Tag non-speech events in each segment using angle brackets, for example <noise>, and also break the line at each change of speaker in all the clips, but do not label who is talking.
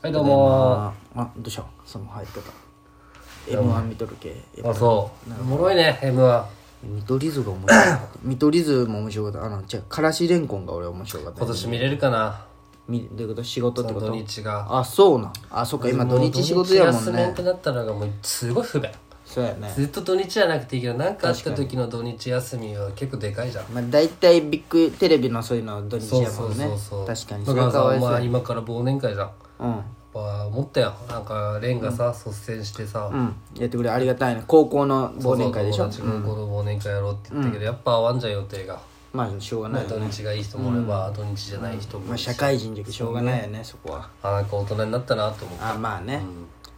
はいどうも
あどうしようその入り方 M1 見とるけ
ーあそうおもろいね M は
見取り図が面白かった見取り図も面白かったあの違うからしれんこんが俺面白かった
今年見れるかな
みどういうこと仕事ってこ
土
と
日が
あそうなんあそっか今土日仕事やもん
土日休めん
ね
くなったのがもうすごい不便
そうやね
ずっと土日じゃなくていいけどなんかあった時の土日休みは結構でかいじゃん
まあ大体ビッグテレビのそういうの土日
そう
やも
そうん
ね
そうそう
確かに
だか
それ
ら
か
さ
わい
お
そう
前今から忘年会じゃんやっ
うん
ぱ思ったよなんかレンがさ率先してさ
うんやってくれありがたいね高校の忘年会でしょ
そうそう友達高校の忘年会やろうって言ったけどやっぱ合わんじゃん予定が
まあしょうがない
土日がいい人もおれば土日じゃない人もい
まあ
るし
社会人じゃけどしょうがないよねそこは
あなんか大人になったなと思って
あまあね、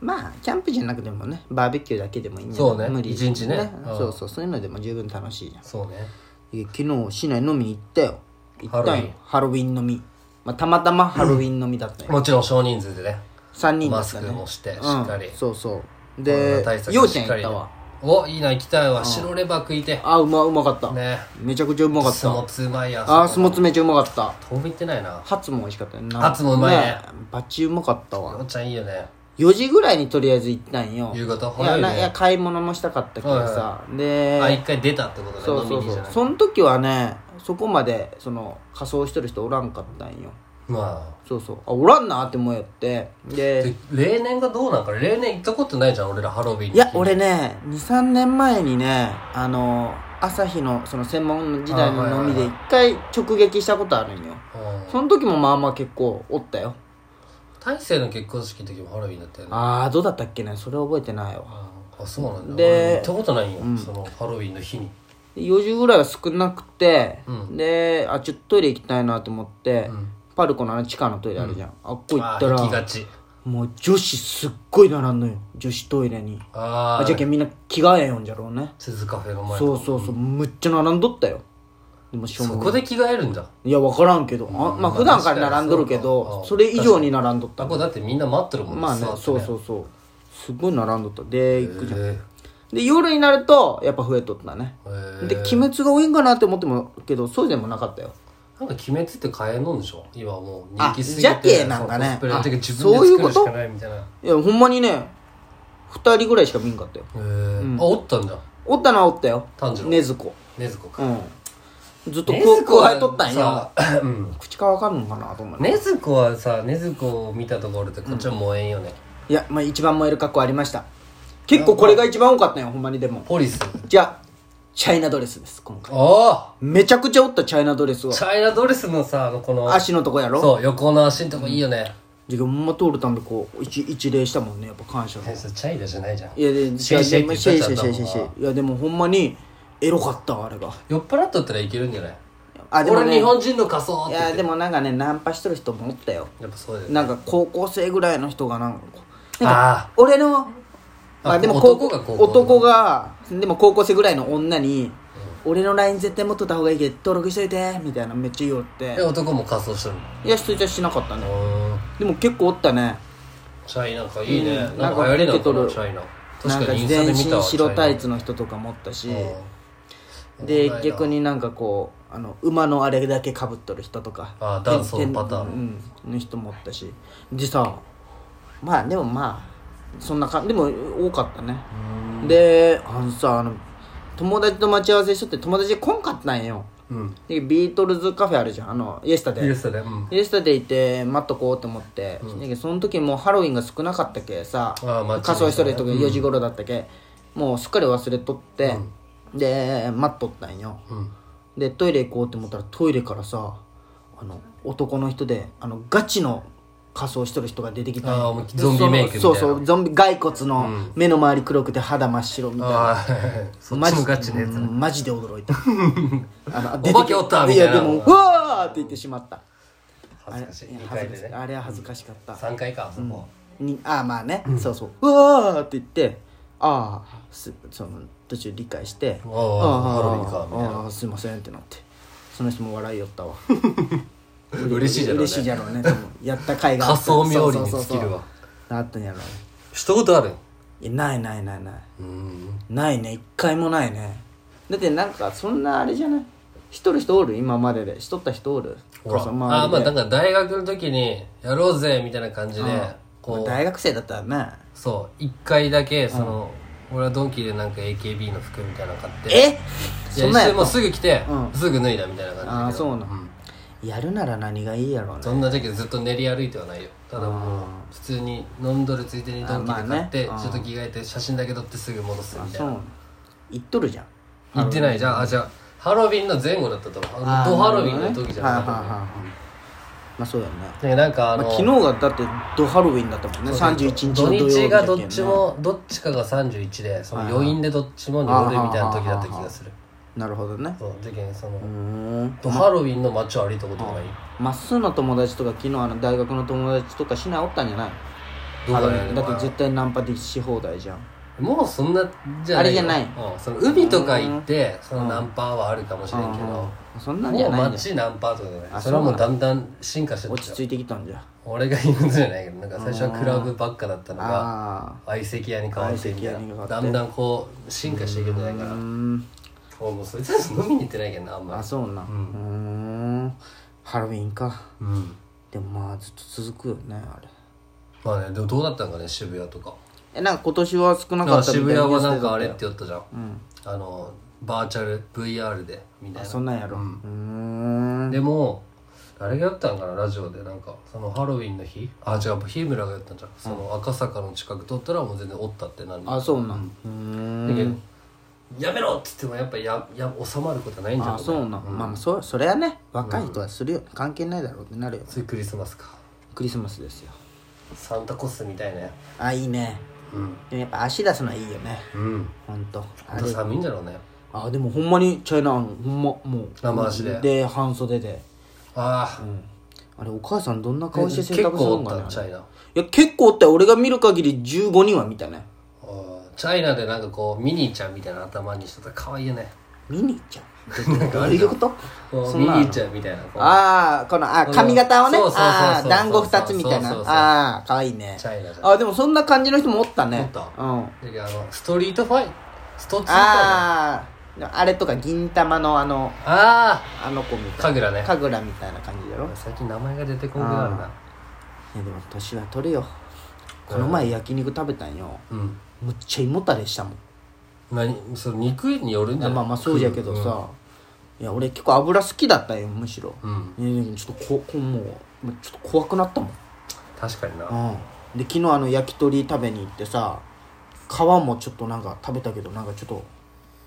まあキャンプじゃなくてもねバーベキューだけでもいいんじゃ
そう
な
ね
い無理
一日ねうん
そうそうそういうのでも十分楽しいじゃん
そうね
いや昨日市内飲みに行ったよ行ったん
ハロウィ
よ
ン
ハロウィン飲み、まあ、たまたまハロウィン飲みだったよ、
もちろん少人数でね
三3人だ
マ
っ
ス
た
ク
ね
もしてしっかり、
うん、そうそう
コロナ
で
対策
よ
も
う
し
ちゃん
っか
行っ
り
たわ
おいいな行きたいわ白レバー食いて
あうまうまかった、
ね
めちゃくちゃうまかっ
スモ
た
ツうまいや
あースモツめちゃうまかった
豆腐行ってないな
ハツも美味しかったよな
ハツもうまいね
バチうまかったわ
おちゃんいいよね
4時ぐらいにとりあえず行ったんよ
夕方
いや
早いね
ないや買い物もしたかったけどさ、で、
あ一回出たってことね
そうそ
飲
う
みに
そ
じゃ
う
ない
その時はねそこまでその仮装してる人おらんかったんよ
ま
そうそうあおらんなって思うやって
あ
で
で例年がどうなんか例年行ったことないじゃん俺らハロウィンに
いや俺ね23年前にねあの朝日のその専門時代の飲みで一回直撃したことあるんよ
うん
その時もまあまあ結構おったよ
大勢の結婚式の時もハロウィンだったよね
ああどうだったっけねそれ覚えてないわ
あそうなんだ
で
俺行ったことないよ、そのハロウィンの日に
で4時ぐらいは少なくて、
う
であちょっとトイレ行きたいなと思って、
ん
パルコのあの地下のトイレあるじゃん、あっこ行
あ
った
ー行きが
ら
ち
もう女子すっごい並んのよ女子トイレに
あ
あ
あ
じゃけんみんな着替えよんじゃろうね
鈴カフェの前
そうそうそうむっちゃ並んどったよでもしょう
そ
も
こで着替えるんだ
いや分からんけどあまあ普段から並んどるけ
まあ確かにそう
ど
か
それ以上に並んどっ
あ
た
こだってみんな待ってるもん
まあね
座って
そうそうそうすごい並んどったで行くじゃん
へ
で夜になるとやっぱ増えとったね
えへえ
で鬼滅が多いんかなって思ってもけどそうでもなかったよ
なんか鬼滅って買えんのんでしょ今はもう人
あ
気すぎて
ジャケなんか
そうコ
ね
スプレの時
あ
自分で作るし
そう
かな
いうこと
いみたいなへ
いやほんまにね2人ぐらいしか見んかったよ
えあおったんだ
おったなおったよ
炭治郎
禰豆子
禰豆子か
うんずっとこう加えとったんよ
さうん
口かわかんのかなと思うね
禰豆子はさ禰豆子を見たところでこっちは燃えんよね
いやまあ一番燃える格好ありました結構これが一番多かったよほんまにでも
ポリス
じゃあチャイナドレスです今回
あ
めちゃくちゃおったチャイナドレス
あ
は
チャイナドレスのさあのこの
足のとこやろ
そう横の足のとこいいよね
じゃあほんま通るたんびこう一一礼したもんねやっぱ感謝の
えそれチャイナじゃないじゃん
いやで
シェイシェイって言
いや
っ
シ
た
ェイ
じゃ
シ
ん
ェイシェイシェ
多分
イシェイいやでもほんまにエロかったわあれが
酔っ払っとったらいけるんじゃない
あでも
俺
ね
日本人の仮装っ
い
て言って
やでもなんかねナンパしとる人もおったよ
やっぱそうだよね
なんか高校生ぐらいの人がなんかこうなん
あ
か俺の
あ
まあでも
男が高校
男がでも高校生ぐらいの女に俺の LINE 絶対持っとった方がいいけど登録しといてみたいなめっちゃ言おっ
あ
て
で男も仮装してるの
いや人じゃしなかったね
うん
でも結構おったね
チャイなんかいいね、
うん
なんか流行りなのか
な
なん
か
チャイナ
なん
確
か
かにインスタ
全
で
身
見たわ
白タイツ
の
の人とかもおったし
う
で
ん
逆になんかこうあの馬のあれだけかぶっとる人とか
あダンスのパターン
ン、うん、の人もおったしでさまあでもまあそんなかでも多かったねであのさあの友達と待ち合わせしとって友達来んかったんよ
うん
でビートルズカフェあるじゃんあのイエスタで
イエスタでうん
イエスタでいて待っとこうと思って、だけどその時もうハロウィンが少なかったけさ
ああ街に
仮装しとる時4時頃だったけ、もうすっかり忘れとって、で待っとったんよ
うん
でトイレ行こうって思ったらトイレからさあの男の人であのガチの仮装しとる人が出てきたんよ
ああもうゾンビメイクみたいな
そうそうゾンビ骸骨の目の周り黒くて肌真っ白みたいな、 <laughs>
ああそっちもガチね
うんマジで
<laughs>
驚いたあの
お化けおったみたいな
やでもうわーって言ってしまった
恥ずかしい
いや
2
恥
回
ずかし
で
い
ね
あれは恥ずかしかった、
3回かあそこ
にあまあね、そうそううわーって言ってああすその途中理解して
あー
ー
ハロウィンかみたいな
あーすいませんってなってその人も笑いよったわ
嬉しいじゃろう
嬉しいじ
ね
ゃろうねでもやった甲斐があった
仮装冥利に
そうそうそうそう
尽きるわ
なったんやろうね
したことある
いやないないないない
うん
ないね一回もないねだってなんかそんなあれじゃないしとる人おる今まででしとった人おる
ほら
そ
あ
の周り
まあ
で
なんか大学の時にやろうぜみたいな感じでこう
大学生だったらね
そう一回だけその、俺はドンキでなんか AKB の服みたいなの買って
え
いや
そん
一
なんや
瞬
っ
もう
た
すぐ来て、
うん
すぐ脱いだみたいな感じだけど
あーそうなん
ん
やるなら何がいいやろうね
そんな時期ずっと練り歩いてはないよただもう
あ
普通に飲んどるついでにドンキで買って、
あまあね
ちょっと着替えて写真だけ撮ってすぐ戻す
あ
みたい
そう
な
行っとるじゃん
行ってないじゃんあじゃあハロウィンの前後だったと思う
あー
ドハロウィンの時じゃ
な
な
るほどねはいはいはいいまあそうだよね
でなんかあの、
まあ昨日がだってドハロウィンだったもんね31日の土曜日だ
土日がどっ
け
ち
どね
もどっちかが31でその
はいはい
余韻でどっちもにおるみたいな時だった気がする
なるほどね
そう事件そう
ー
の
ん
ドハロウィンの街を歩いたことがない
まっすーの友達とか昨日あの大学の友達とか市内おったんじゃない
どうか
あ
ね
のだって絶対ナンパでし放題じゃん
もうそんなじゃ
あれじゃない
うんその海とか行ってそのナンパはあるかもしれんけども
うんそんなんじゃ
う
ないんだよ
街ナンパとかじゃない
あ
それはもう
そ
だんだん進化してった
落ち
よ
着いてきたんじゃ
俺が言うことじゃないけどなんか最初はクラブばっかだったのが
あ
相席屋に変わってみたい
相席屋に変わ
な
って
だんだんこう進化していくんじゃないか
あ
な
うーん
もうもうそいつたち飲みに行ってないけどなあんま
あ
り
そうなうーんハロウィンか
うん
でもまあずっと続くよねあれ
まあねでもどうだったんかね渋谷とか
えなんか今年は少な
あ
かったみたい
渋谷はなんかあ
ニ
れ
ュ
っ
ース
て言ったじゃん、あのバーチャル VR でみたい
で
な
あそんなんやろうーん
でも誰がやったんかなラジオでなんかそのハロウィンの日あ違う日村がやったんじゃんその赤坂の近く通ったらもう全然おったってなる
あそうなんうーん
だけどやめろっつってもやっぱやや収まることないんじゃん
あそうなんまあまあそそれはね若い人はするよ関係ないだろうってなるよ
ついクリスマスか
クリスマスですよ
サンタコスみたいなや
あいいね
うん
でもやっぱ足出すのはいいよね
うん
ほんと
あと寒いんだろうね
あでもほんまにチャイナアンほんまもう
生足で
で半袖で
あ
うんあれお母さんどんな
あ
顔して
結
洗濯する
構お
ん
っ
か
た
ね
チャイナあ
いや結構おったよ俺が見る限り15人は見たね
ーチャイナでなんかこうミニーちゃんみたいな頭にしてたら可愛いよね
見に行っちゃうどういう <laughs> こと
こう
そん
ミニ
なの
ーちゃんみたいなこう
ああこのあ髪型をね
そうそうそうそう
ああ団子2つみたい
そうそう
な
そう
ああかわいいね
チャイナじゃん
あでもそんな感じの人もおったね
おった
うん
だけどあのストリートファイストツーかな
あああれとか銀玉のあの
ああ
あの子みたい
神楽ね
な神楽みたいな感じだろい
最近名前が出てこんくなるな
やでも年は取れよこの前焼肉食べたんよ
うん
むっちゃ胃もたれしたもん
何その肉によるん
い
じゃない
やまあまあそうじゃけどさ、いや俺結構油好きだったよむしろ、
うん
ねでもちょっとここもうもうちょっと怖くなったもん、
確かにな
うん、で昨日あの焼き鳥食べに行ってさ皮もちょっとなんか食べたけどなんかちょっと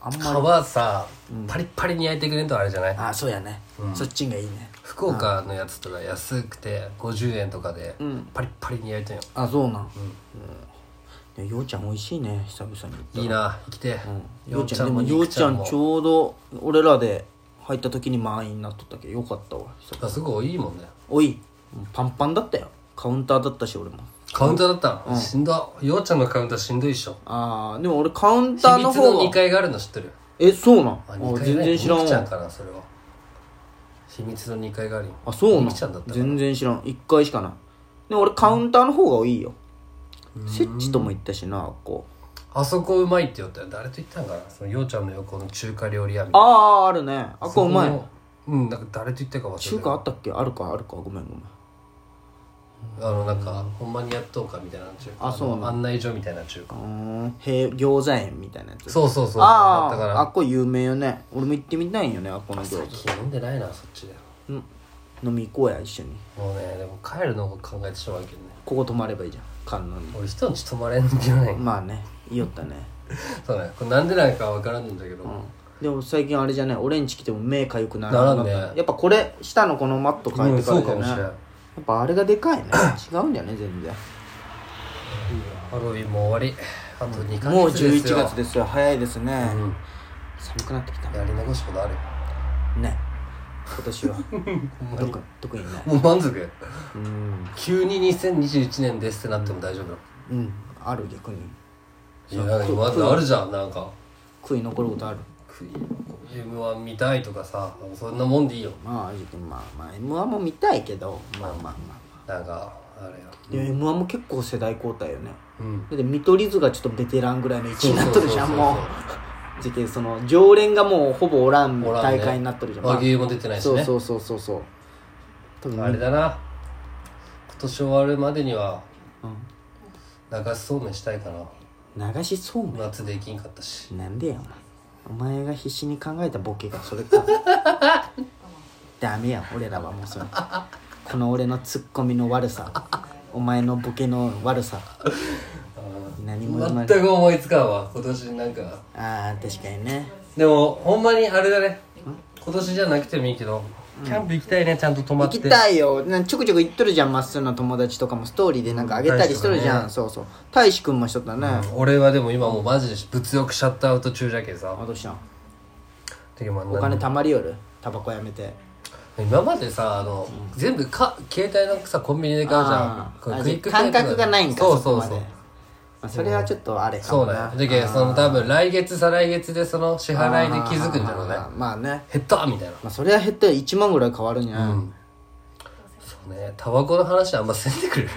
あんまり
皮さパリッパリに焼いてくれんとあれじゃない
あそうやね、そっちがいいね
福岡のやつとか安くて50円とかで
ん
パリッパリに焼いてんよ
あそうなん、うんでようちゃん美味しいね久々に行った
いいな生きて
ようちゃんでも
も
ようちゃん
肉
ちょうど俺らで入った時に満員になっとったけどよかったわ久々
あすごいいいもんね
おいもうパンパンだったよカウンターだったし俺も
カウンターだったのしんどいようちゃんのカウンターしんどいっしょ
ああでも俺カウンター
秘
の
密の
方
2
が
階があるの知ってる
えそうなん
あ
あ
二階
全然知らん
みきちゃん
わ
かなそれは秘密の2階があるよ
あそう
み
な
きちゃんだっ
ん
たかな
全然知らん1回しかないでも俺カウンターの方がいいよ設置とも言ったしなこう
あそこうまいって言ったよ誰と言ったんかなそのようちゃんの横の中華料理屋みたいな
あああるねあこううまい
うんなんか誰と言ったか忘れた
中華あったっけあるかあるかごめんごめん
あのなんかほんまにやっとうかみたいな中華
あそうなの
の案内所みたいな中華
うーんへ餃子園みたいなやつ
そうそうそう
あ
だか
ああ
ら
っこ有名よね俺も行ってみたいんよねあっこの餃子
昨日飲んでないなそっちで
うん飲み行こうや一緒に
もうねでも帰るのを考えてしまうけどね
ここ泊まればいいじゃん観音に
俺人んち泊まれんじゃない
まあねいいよったね
そうねこれなんでなんかわからんんだけど、
でも最近あれじゃない俺んち来ても目かゆくなる
ならんね
やっぱこれ下のこのマット変えてから
うんそうかもしれん
だよねやっぱあれがでかいね違うんだよね全然
ハロウィンも終わりあと2ヶ
もう
月で
11
すよ
月ですよ早いですね、
ん
寒くなってきたね
やり残すことある
ね今年は特に特にね
もう満足
うん
急に2021年ですってなっても大丈夫だ、
うんある逆に
いやなんかまずあるじゃんなんか
悔い残ることある
m 1見たいとかさそんなもんでいいよ
まあまあまあ m 1も見たいけどまあまあまあ
なんかあれよ
でも m 1も結構世代交代よね
うん
だって見取り図がちょっとベテランぐらいの位置になっとるじゃん
そうそうそう
も
そう
うじゃけんその常連がもうほぼおらん
おらんね
大会になっとるじゃん
和
ま
牛も出てな
あ
いし
そう
ね
そうそうそうそう多分
あれだな今年終わるまでには流しそうめんしたいかな
うん、流しそうめん
夏できんかったし
なんでやお前お前が必死に考えたボケがそ
<laughs>
れかダメや俺らはもうそれこの俺のツッコミの悪さお前のボケの悪さ何も生ま
全
れ
く思いつかんわ今年なんか
あー確かにね
でもほんまにあれだね今年じゃなくてもいいけどキャンプ行きたいねちゃんと泊ま
行
って
きたいよなちょくちょく行っとるじゃんまっすーの友達とかもストーリーでなんかあげたりしとるじゃん、そうそう大志くんもしとったね、あ
俺はでも今もうマジで物欲シャットアウト中じゃけさ
どうしたん
てかまあ
お金貯まりよるタバコやめて
今までさあの、全部か携帯のさコンビニで買うじゃ
あ
ん
ー
これ
あ
ク
じ
イ
ゃ
ック
あ
ペイ
感
とか
覚がないんか
そうそう
こ
そ
ま
う
でまあ、それはちょっとあれか
そ
も
う
な
だよじゃけその多分来月再来月でその支払いで気づくんじゃろうね
あーまあね、
減ったみたいな
まあ、それは減って1万ぐらい変わるんや、
うんそうねタバコの話あんませんでくれる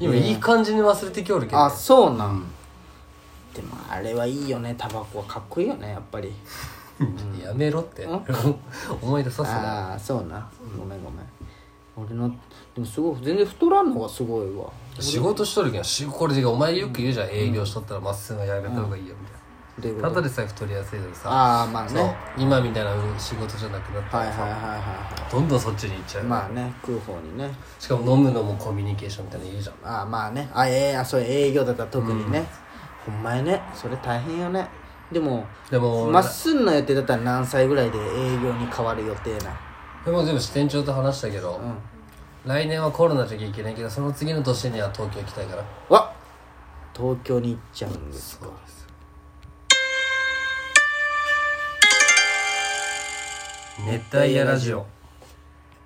今いい感じに忘れてきおるけど
あ
ね
そうなん、でもあれはいいよねタバコはかっこいいよねやっぱり
やめろって思い出させな
ああそうなごめんごめん俺のでもすごい全然太らんのがすごいわ
仕事しとるけどしこれでお前よく言うじゃん営業しとったらまっすぐやめた方がいいよみたいな
どういうこ
た
と
だでさえ太りやすいのにさ
ああまあね
そう今みたいな仕事じゃなくなった
はいはい
ら
はい
さ
は
どんどんそっちに行っちゃ
いうまあね食う方にね
しかも飲むのもコミュニケーションみたいなの言うじゃん
ああまあねあええあそう営業だったら特にね、ほんまやねそれ大変よねでも
でも
まっすんの予定だったら何歳ぐらいで営業に変わる予定な
でもでも支店長と話したけど
うん
来年はコロナじゃいけないけどその次の年には東京行きたいから
わ東京に行っちゃうんですか
熱帯夜ラジオ